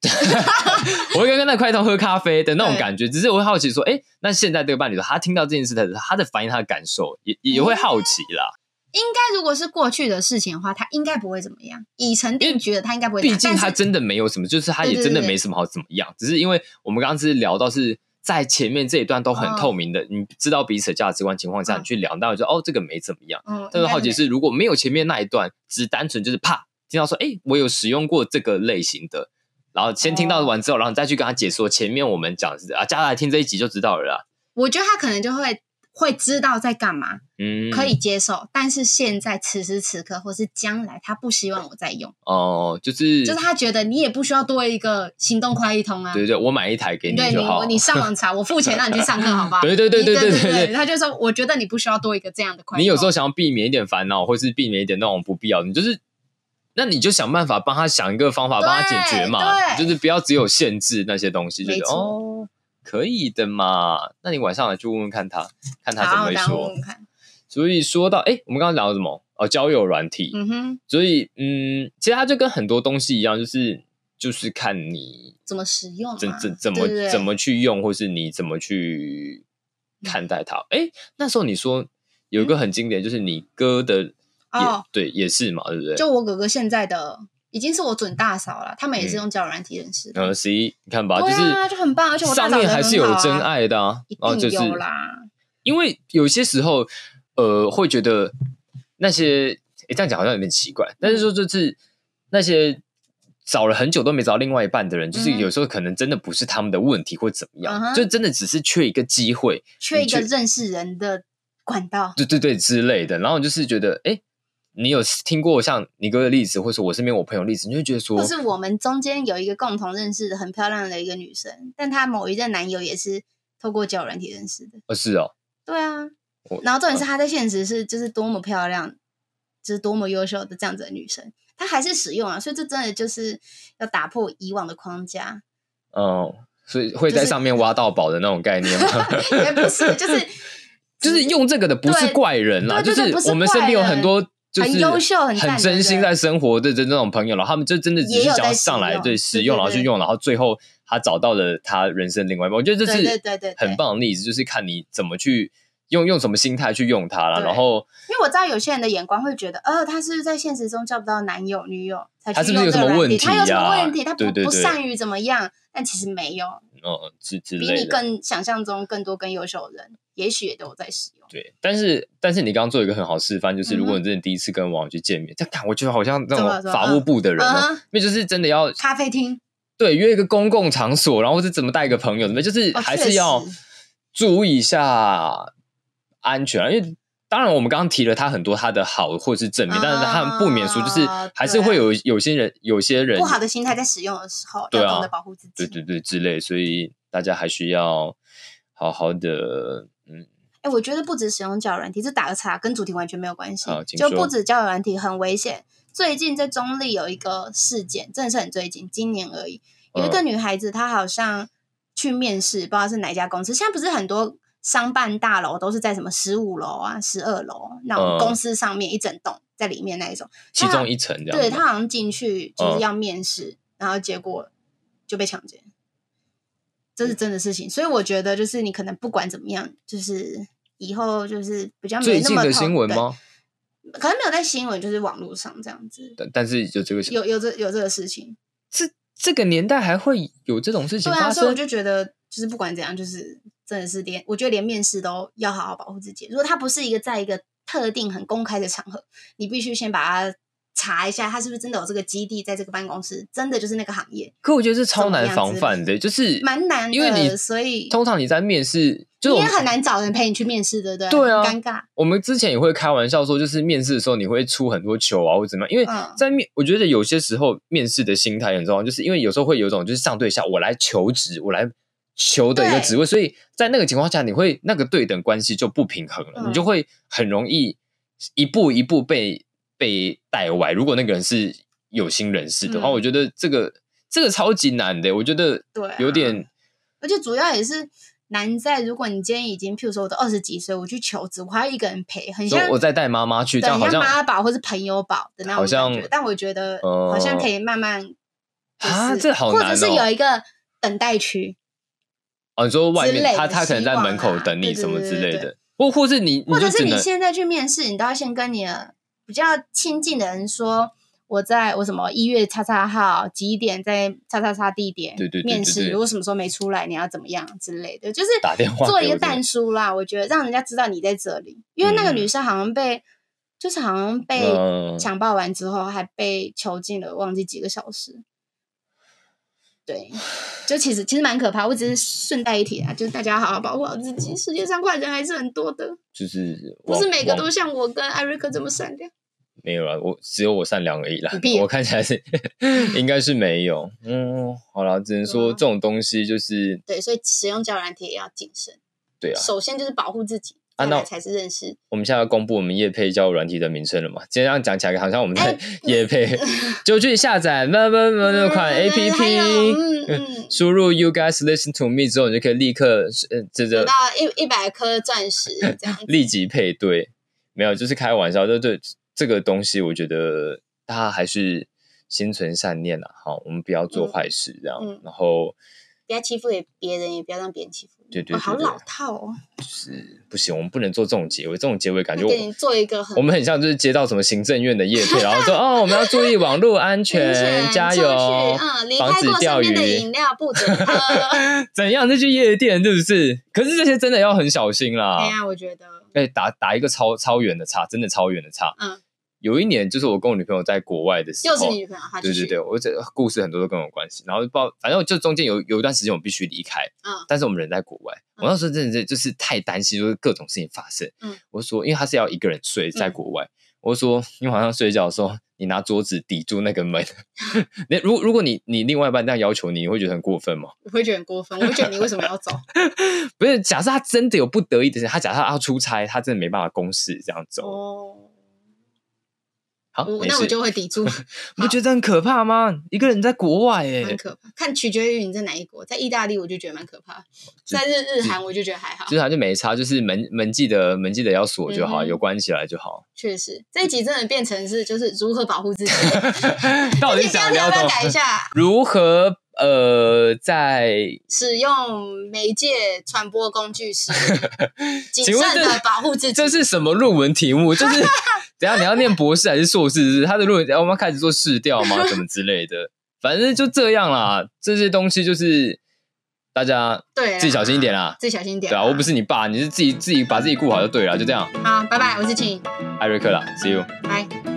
Speaker 1: 我会跟那快译通喝咖啡的那种
Speaker 3: 对
Speaker 1: 感觉，只是我会好奇说，哎，那现在这个伴侣他听到这件事的时候，他的反应，他的感受，也也也会好奇啦。
Speaker 3: 应该如果是过去的事情的话，他应该不会怎么样，已成定局了，他应该不会
Speaker 1: 毕
Speaker 3: 怎么样。
Speaker 1: 竟他
Speaker 3: 但是
Speaker 1: 真的没有什么，就是他也
Speaker 3: 对对
Speaker 1: 真的
Speaker 3: 对
Speaker 1: 没什么好怎么样，只是因为我们刚刚是聊到是。在前面这一段都很
Speaker 3: 哦
Speaker 1: 透明的，你知道彼此的价值观情况下，
Speaker 3: 嗯
Speaker 1: 你去聊，那我就哦，这个没怎么样。
Speaker 3: 嗯，
Speaker 1: 但是好奇
Speaker 3: 应该没
Speaker 1: 是，如果没有前面那一段，只单纯就是啪听到说，哎、我有使用过这个类型的，然后先听到
Speaker 3: 哦
Speaker 1: 完之后，然后你再去跟他解说前面我们讲是啊，大家来听这一集就知道了啦。
Speaker 3: 我觉得他可能就会会知道在干嘛，
Speaker 1: 嗯，
Speaker 3: 可以接受。但是现在此时此刻，或是将来，他不希望我再用，
Speaker 1: 哦，就是
Speaker 3: 就是他觉得你也不需要多一个行动快易通啊。
Speaker 1: 对对，我买一台给你
Speaker 3: 对你
Speaker 1: 就好，，
Speaker 3: 你上网查，我付钱让你去上课，好不
Speaker 1: [laughs]
Speaker 3: 好？
Speaker 1: 对对对
Speaker 3: 对
Speaker 1: 对对
Speaker 3: 对
Speaker 1: 对。
Speaker 3: 他就说，我觉得你不需要多一个这样的快易通。
Speaker 1: 你有时候想要避免一点烦恼，或是避免一点那种不必要，你就是，那你就想办法帮他想一个方法
Speaker 3: 对
Speaker 1: 帮他解决嘛，
Speaker 3: 对
Speaker 1: 就是不要只有限制那些东西，就
Speaker 3: 没
Speaker 1: 是
Speaker 3: 错
Speaker 1: 哦，可以的嘛。那你晚上来去问问看他，看他怎么
Speaker 3: 好，
Speaker 1: 会
Speaker 3: 然后我
Speaker 1: 说
Speaker 3: 们。看，
Speaker 1: 所以说到，哎，我们刚刚聊到什么？哦，交友软体。
Speaker 3: 嗯哼，
Speaker 1: 所以，嗯，其实它就跟很多东西一样，就是就是看你
Speaker 3: 怎么使用嘛？啊
Speaker 1: 怎怎怎么
Speaker 3: 哦对对对嗯
Speaker 1: 怎么去用，或是你怎么去看待它。哎、那时候你说有一个很经典，就是你哥的也、
Speaker 3: 哦
Speaker 1: 对，也是嘛，对不对？
Speaker 3: 就我哥哥现在的已经是我准大嫂了，他们
Speaker 1: 嗯
Speaker 3: 也是用交友软体认识的。
Speaker 1: 呃，十一，你看吧，
Speaker 3: 对啊
Speaker 1: 是
Speaker 3: 就很棒而且我大
Speaker 1: 上
Speaker 3: 嫂
Speaker 1: 面
Speaker 3: 人
Speaker 1: 还
Speaker 3: 很
Speaker 1: 是有
Speaker 3: 好啊
Speaker 1: 真爱的啊，
Speaker 3: 一
Speaker 1: 然后
Speaker 3: 定
Speaker 1: 就是
Speaker 3: 有啦，
Speaker 1: 因为有些时候，呃，会觉得那些诶这样讲好像有点奇怪，但是
Speaker 3: 嗯
Speaker 1: 说就是那些找了很久都没找到另外一半的人，就是
Speaker 3: 嗯
Speaker 1: 有时候可能真的不是他们的问题或怎么样，
Speaker 3: 嗯哼
Speaker 1: 就真的只是缺一个机会，
Speaker 3: 缺一个
Speaker 1: 你
Speaker 3: 认识人的管道。
Speaker 1: 对对对之类的。然后就是觉得，诶，你有听过像你哥的例子，或是我身边我朋友的例子，你就会觉得说
Speaker 3: 或，哦是我们中间有一个共同认识的很漂亮的一个女生，但她某一任男友也是透过交友软体认识的。
Speaker 1: 哦是哦，
Speaker 3: 对啊
Speaker 1: 我，
Speaker 3: 然后重点是她在现实是就是多么漂亮，就是多么优秀的这样子的女生，她还是使用啊，所以这真的就是要打破以往的框架，
Speaker 1: 嗯，所以会在
Speaker 3: 就是
Speaker 1: 上面挖到宝的那种概念吗？ [laughs]
Speaker 3: 也哎不是就是
Speaker 1: 就是用这个的不是
Speaker 3: 嗯对
Speaker 1: 怪人啦，
Speaker 3: 对对对
Speaker 1: 就是我们身边有很多就是
Speaker 3: 很优秀很
Speaker 1: 很
Speaker 3: 赞的
Speaker 1: 真心
Speaker 3: 人
Speaker 1: 在生活的这那种朋友，然后他们就真的只
Speaker 3: 也
Speaker 1: 是
Speaker 3: 有
Speaker 1: 想要
Speaker 3: 在
Speaker 1: 上
Speaker 3: 使
Speaker 1: 来
Speaker 3: 用
Speaker 1: 对
Speaker 3: 对
Speaker 1: 使
Speaker 3: 对
Speaker 1: 用，然后
Speaker 3: 对
Speaker 1: 去用，然后最后他找到了他人生另外一半。我觉得这
Speaker 3: 对对
Speaker 1: 是
Speaker 3: 对对对，
Speaker 1: 很棒的例子，就是看你怎么去用用什么心态去用它啦，
Speaker 3: 对
Speaker 1: 然后
Speaker 3: 因为我知道有些人的眼光会觉得，呃，他是不是在现实中交不到男友、女友，才
Speaker 1: 他是不
Speaker 3: 去
Speaker 1: 是
Speaker 3: 用
Speaker 1: 有
Speaker 3: 这
Speaker 1: 什
Speaker 3: 个
Speaker 1: 么
Speaker 3: 软
Speaker 1: 问
Speaker 3: 体？
Speaker 1: 题
Speaker 3: 他有什么
Speaker 1: 呀
Speaker 3: 问题？他不
Speaker 1: 对对
Speaker 3: 不
Speaker 1: 对
Speaker 3: 善于怎么样？但其实没有，
Speaker 1: 嗯之之
Speaker 3: 比
Speaker 1: 类
Speaker 3: 你
Speaker 1: 的。
Speaker 3: 更想象中更多更优秀的人，也许也都有在使用。
Speaker 1: 对，但是但是你刚刚做一个很好示范，就是如果
Speaker 3: 嗯
Speaker 1: 你真的第一次跟网友去见面，这看我觉得好像那
Speaker 3: 怎么
Speaker 1: 种
Speaker 3: 怎么
Speaker 1: 法务部的人哦
Speaker 3: 嗯嗯，
Speaker 1: 因为就是真的要
Speaker 3: [laughs] 咖啡厅，
Speaker 1: 对，约一个公共场所，然后或者怎么带一个朋友，怎么就是
Speaker 3: 哦
Speaker 1: 还
Speaker 3: 确
Speaker 1: 是
Speaker 3: 实
Speaker 1: 要注意一下安全啊，因为。当然，我们刚刚提了他很多他的好或是正面，但是他们不免俗，就是
Speaker 3: 啊
Speaker 1: 还是会有有些人，有些人
Speaker 3: 不好的心态在使用的时候，
Speaker 1: 对啊
Speaker 3: 要懂得保护自己。
Speaker 1: 对对对之类，所以大家还需要好好的，嗯，
Speaker 3: 哎、我觉得不止使用交友软体，这打个岔，跟主题完全没有关系
Speaker 1: 好。请
Speaker 3: 就
Speaker 1: 说
Speaker 3: 不止交友软体很危险，最近在中立有一个事件，真的是很最近，今年而已。有一个
Speaker 1: 嗯
Speaker 3: 女孩子，她好像去面试，不知道是哪一家公司。现在不是很多商办大楼都是在什么十五楼啊、十二楼那
Speaker 1: 嗯
Speaker 3: 种公司上面一整栋在里面那一种。
Speaker 1: 其
Speaker 3: 他
Speaker 1: 中一层这样子。
Speaker 3: 对她好像进去就
Speaker 1: 嗯
Speaker 3: 是要面试，然后结果就被强奸，这是真的事情。所以我觉得就是你可能不管怎么样，就是以后就是比较没
Speaker 1: 最
Speaker 3: 那
Speaker 1: 近
Speaker 3: 么
Speaker 1: 的
Speaker 3: 痛
Speaker 1: 新闻？吗？
Speaker 3: 对可能没有在新闻，就是网络上这样子，
Speaker 1: 但但是有这个
Speaker 3: 有有这有这个事情。
Speaker 1: 这这个年代还会有这种事情
Speaker 3: 对
Speaker 1: 发
Speaker 3: 啊，所以我
Speaker 1: 生？
Speaker 3: 就觉得就是不管怎样，就是真的是连我觉得连面试都要好好保护自己。如果他不是一个在一个特定很公开的场合，你必须先把它查一下，他是不是真的有这个基地，在这个办公室，真的就是那个行业。
Speaker 1: 可我觉得这超
Speaker 3: 怎么
Speaker 1: 难
Speaker 3: 样
Speaker 1: 防
Speaker 3: 之类
Speaker 1: 范的，就是
Speaker 3: 蛮难的
Speaker 1: 因为你
Speaker 3: 所以
Speaker 1: 通常你在面试，就
Speaker 3: 你
Speaker 1: 我
Speaker 3: 也
Speaker 1: 们
Speaker 3: 很难找人陪你去面试，对不对？
Speaker 1: 对啊
Speaker 3: 很尴尬。
Speaker 1: 我们之前也会开玩笑说，就是面试的时候你会出很多糗啊，或怎么样，因为
Speaker 3: 嗯
Speaker 1: [laughs] 在面，我觉得有些时候面试的心态很重要，就是因为有时候会有一种就是上对下，我来求职，我来求的一个
Speaker 3: 对
Speaker 1: 职位，所以在那个情况下，你会那个对等关系就不平衡了，
Speaker 3: 嗯
Speaker 1: 你就会很容易一步一步被被带歪。如果那个人是有心人士的话，
Speaker 3: 嗯
Speaker 1: 我觉得这个这个超级难的，我觉得
Speaker 3: 对啊
Speaker 1: 有点、
Speaker 3: 而且主要也是难在，如果你今天已经，譬如说我都二十几岁，我去求职，我还要一个人陪，很
Speaker 1: 说
Speaker 3: 像
Speaker 1: 我再带妈妈去，这
Speaker 3: 对，
Speaker 1: 样
Speaker 3: 很
Speaker 1: 好像
Speaker 3: 妈宝或是朋友宝的那
Speaker 1: 好
Speaker 3: 种感
Speaker 1: 像
Speaker 3: 觉。但我觉得好像可以慢慢，就
Speaker 1: 啊
Speaker 3: 是
Speaker 1: 呃这好
Speaker 3: 或
Speaker 1: 难
Speaker 3: 者是
Speaker 1: 哦
Speaker 3: 有一个等待区，
Speaker 1: 哦，你说外
Speaker 3: 之
Speaker 1: 面
Speaker 3: 类的
Speaker 1: 他他可能在门口等你
Speaker 3: 希
Speaker 1: 什
Speaker 3: 望
Speaker 1: 么
Speaker 3: 啊
Speaker 1: 之
Speaker 3: 对对对
Speaker 1: 类
Speaker 3: 对
Speaker 1: 的，或或是你你
Speaker 3: 或
Speaker 1: 就
Speaker 3: 者是
Speaker 1: 只
Speaker 3: 你
Speaker 1: 能
Speaker 3: 现在去面试，你都要先跟你的比较亲近的人说。我在我什么一月叉叉号几点在叉叉叉地点
Speaker 1: 对对对
Speaker 3: 面
Speaker 1: 对
Speaker 3: 试，
Speaker 1: 对
Speaker 3: 如果什么时候没出来，你要怎么样之类的，就是
Speaker 1: 打电话
Speaker 3: 做
Speaker 1: 给
Speaker 3: 一
Speaker 1: 我
Speaker 3: 个
Speaker 1: 这个
Speaker 3: 淡书啦。我觉得让人家知道你在这里，因为那个
Speaker 1: 嗯
Speaker 3: 女生好像被、就是好像被
Speaker 1: 嗯
Speaker 3: 强暴完之后还被囚禁了，忘记几个小时。对，就其实其实蛮可怕。我只是顺带一提啊，就是大家好好保护好自己。世界上坏人还是很多的，
Speaker 1: 就是
Speaker 3: 不是每个
Speaker 1: 网
Speaker 3: 都像我跟艾瑞克这么善良。
Speaker 1: 没有啦，我只有我善良而已啦
Speaker 3: 你屁。啊
Speaker 1: 我看起来
Speaker 3: [laughs]
Speaker 1: 是应该是没有。嗯，好啦，只能说
Speaker 3: 嗯
Speaker 1: 这种东西就是
Speaker 3: 对，所以使用交友软体也要谨慎。
Speaker 1: 对啊。
Speaker 3: 首先就是保护自己，
Speaker 1: 啊
Speaker 3: 再来
Speaker 1: 那
Speaker 3: 才是认
Speaker 1: [laughs]
Speaker 3: 识。
Speaker 1: 我们现在要公布我们夜配交友软体的名称了嘛？今天这样讲起来好像我们
Speaker 3: 哎
Speaker 1: [laughs] 在夜
Speaker 3: [laughs]
Speaker 1: 配，就去下载那那那那款
Speaker 3: 嗯还有
Speaker 1: APP，
Speaker 3: 嗯嗯，
Speaker 1: [laughs] 输入 You guys listen to me 之后，你就可以立刻呃这
Speaker 3: 得
Speaker 1: 个
Speaker 3: 到一一百颗钻石这样子。
Speaker 1: 立即配对。没有，就是开玩笑，就对这个东西，我觉得大家还是心存善念啦。好，我们不要做
Speaker 3: 嗯
Speaker 1: 坏事，这样，
Speaker 3: 嗯
Speaker 1: 然后。
Speaker 3: 不要欺负别别人，也不要让别人欺负你。
Speaker 1: 对对
Speaker 3: 哇好
Speaker 1: 对对
Speaker 3: 老套哦。
Speaker 1: 是不行，我们不能做这种结尾，这种结尾感觉
Speaker 3: 那给你
Speaker 1: 我
Speaker 3: 做一个很
Speaker 1: 我们很像就是接到什么行政院的业配，然后
Speaker 3: [laughs]
Speaker 1: 说哦，我们要注意网络安
Speaker 3: 安
Speaker 1: 全，加油，
Speaker 3: 出去嗯，离
Speaker 1: 防
Speaker 3: 开
Speaker 1: 止
Speaker 3: 过身
Speaker 1: 钓
Speaker 3: 边的
Speaker 1: 鱼
Speaker 3: 饮，料不准
Speaker 1: [laughs]
Speaker 3: 喝。
Speaker 1: 怎样？这去夜店是不是？可是这些真的要很小心
Speaker 3: 哎
Speaker 1: 啦。
Speaker 3: 呀，我觉得，
Speaker 1: 哎、打打一个超超远的岔，真的超远的岔。
Speaker 3: 嗯，
Speaker 1: 有一年就是我跟我女朋友在国外的时
Speaker 3: 又
Speaker 1: 候，
Speaker 3: 是你女朋友，她
Speaker 1: 对
Speaker 3: 继续
Speaker 1: 对对，，我这故事很多都跟我有关系。然后不知道，反正就中间有有一段时间我必须离开，
Speaker 3: 嗯
Speaker 1: 但是我们人在国外，
Speaker 3: 嗯
Speaker 1: 我那时候真的是就是太担心，就是各种事情发生。
Speaker 3: 嗯
Speaker 1: 我就说，因为他是要一个人睡在国外，我就说你晚上睡觉的时候，你拿桌子抵住那个
Speaker 3: [laughs]
Speaker 1: 门。那如如果你你另外一半这样要求你，你会觉得很过分吗？
Speaker 3: 我会觉得很过分，我会觉得你为什么
Speaker 1: [laughs]
Speaker 3: 要走？
Speaker 1: 不是，假设他真的有不得已的事，他假设他要出差，他真的没办法公事这样走。
Speaker 3: 哦，
Speaker 1: 好，
Speaker 3: 我
Speaker 1: 没
Speaker 3: 那我
Speaker 1: 事
Speaker 3: 就会
Speaker 1: [laughs]
Speaker 3: 抵触，
Speaker 1: 你不觉得这很可怕吗？一个人在国外、欸，
Speaker 3: 蛮可怕。看取决于你在哪一国，在意大利我就觉得蛮可怕，
Speaker 1: 就
Speaker 3: 在日日韩我就觉得还好
Speaker 1: 其。实他就没差，就是门门记得门记得要锁就好，
Speaker 3: 嗯
Speaker 1: 有关起来就好。
Speaker 3: 确实，这一集真的变成是就是如何保护
Speaker 1: [laughs]
Speaker 3: 自己。
Speaker 1: 到底
Speaker 3: 嗯这
Speaker 1: 想
Speaker 3: 样子
Speaker 1: 聊
Speaker 3: 要不
Speaker 1: 什
Speaker 3: 要
Speaker 1: 么？
Speaker 3: 改一下？
Speaker 1: 如何呃，在
Speaker 3: 使用媒介传播工具时，
Speaker 1: [laughs]
Speaker 3: 谨
Speaker 1: 请问
Speaker 3: 慎的
Speaker 1: 这
Speaker 3: 保护自己。
Speaker 1: 这是什么论文题目？就是
Speaker 3: [laughs]
Speaker 1: 等一下你要念博士还是硕士？是不是他的论文要我们要开始做试调吗？什么之类的？反正就这样啦，这些东西就是大家
Speaker 3: 对啦，
Speaker 1: 自己小心一点啦。
Speaker 3: 自己小心一点
Speaker 1: 对
Speaker 3: 啦。
Speaker 1: 啊，我不是你爸，你是自己自己把自己顾好就对了，就这样。
Speaker 3: 好，拜拜，我是晴，
Speaker 1: 艾瑞克啦，See you。
Speaker 3: 拜。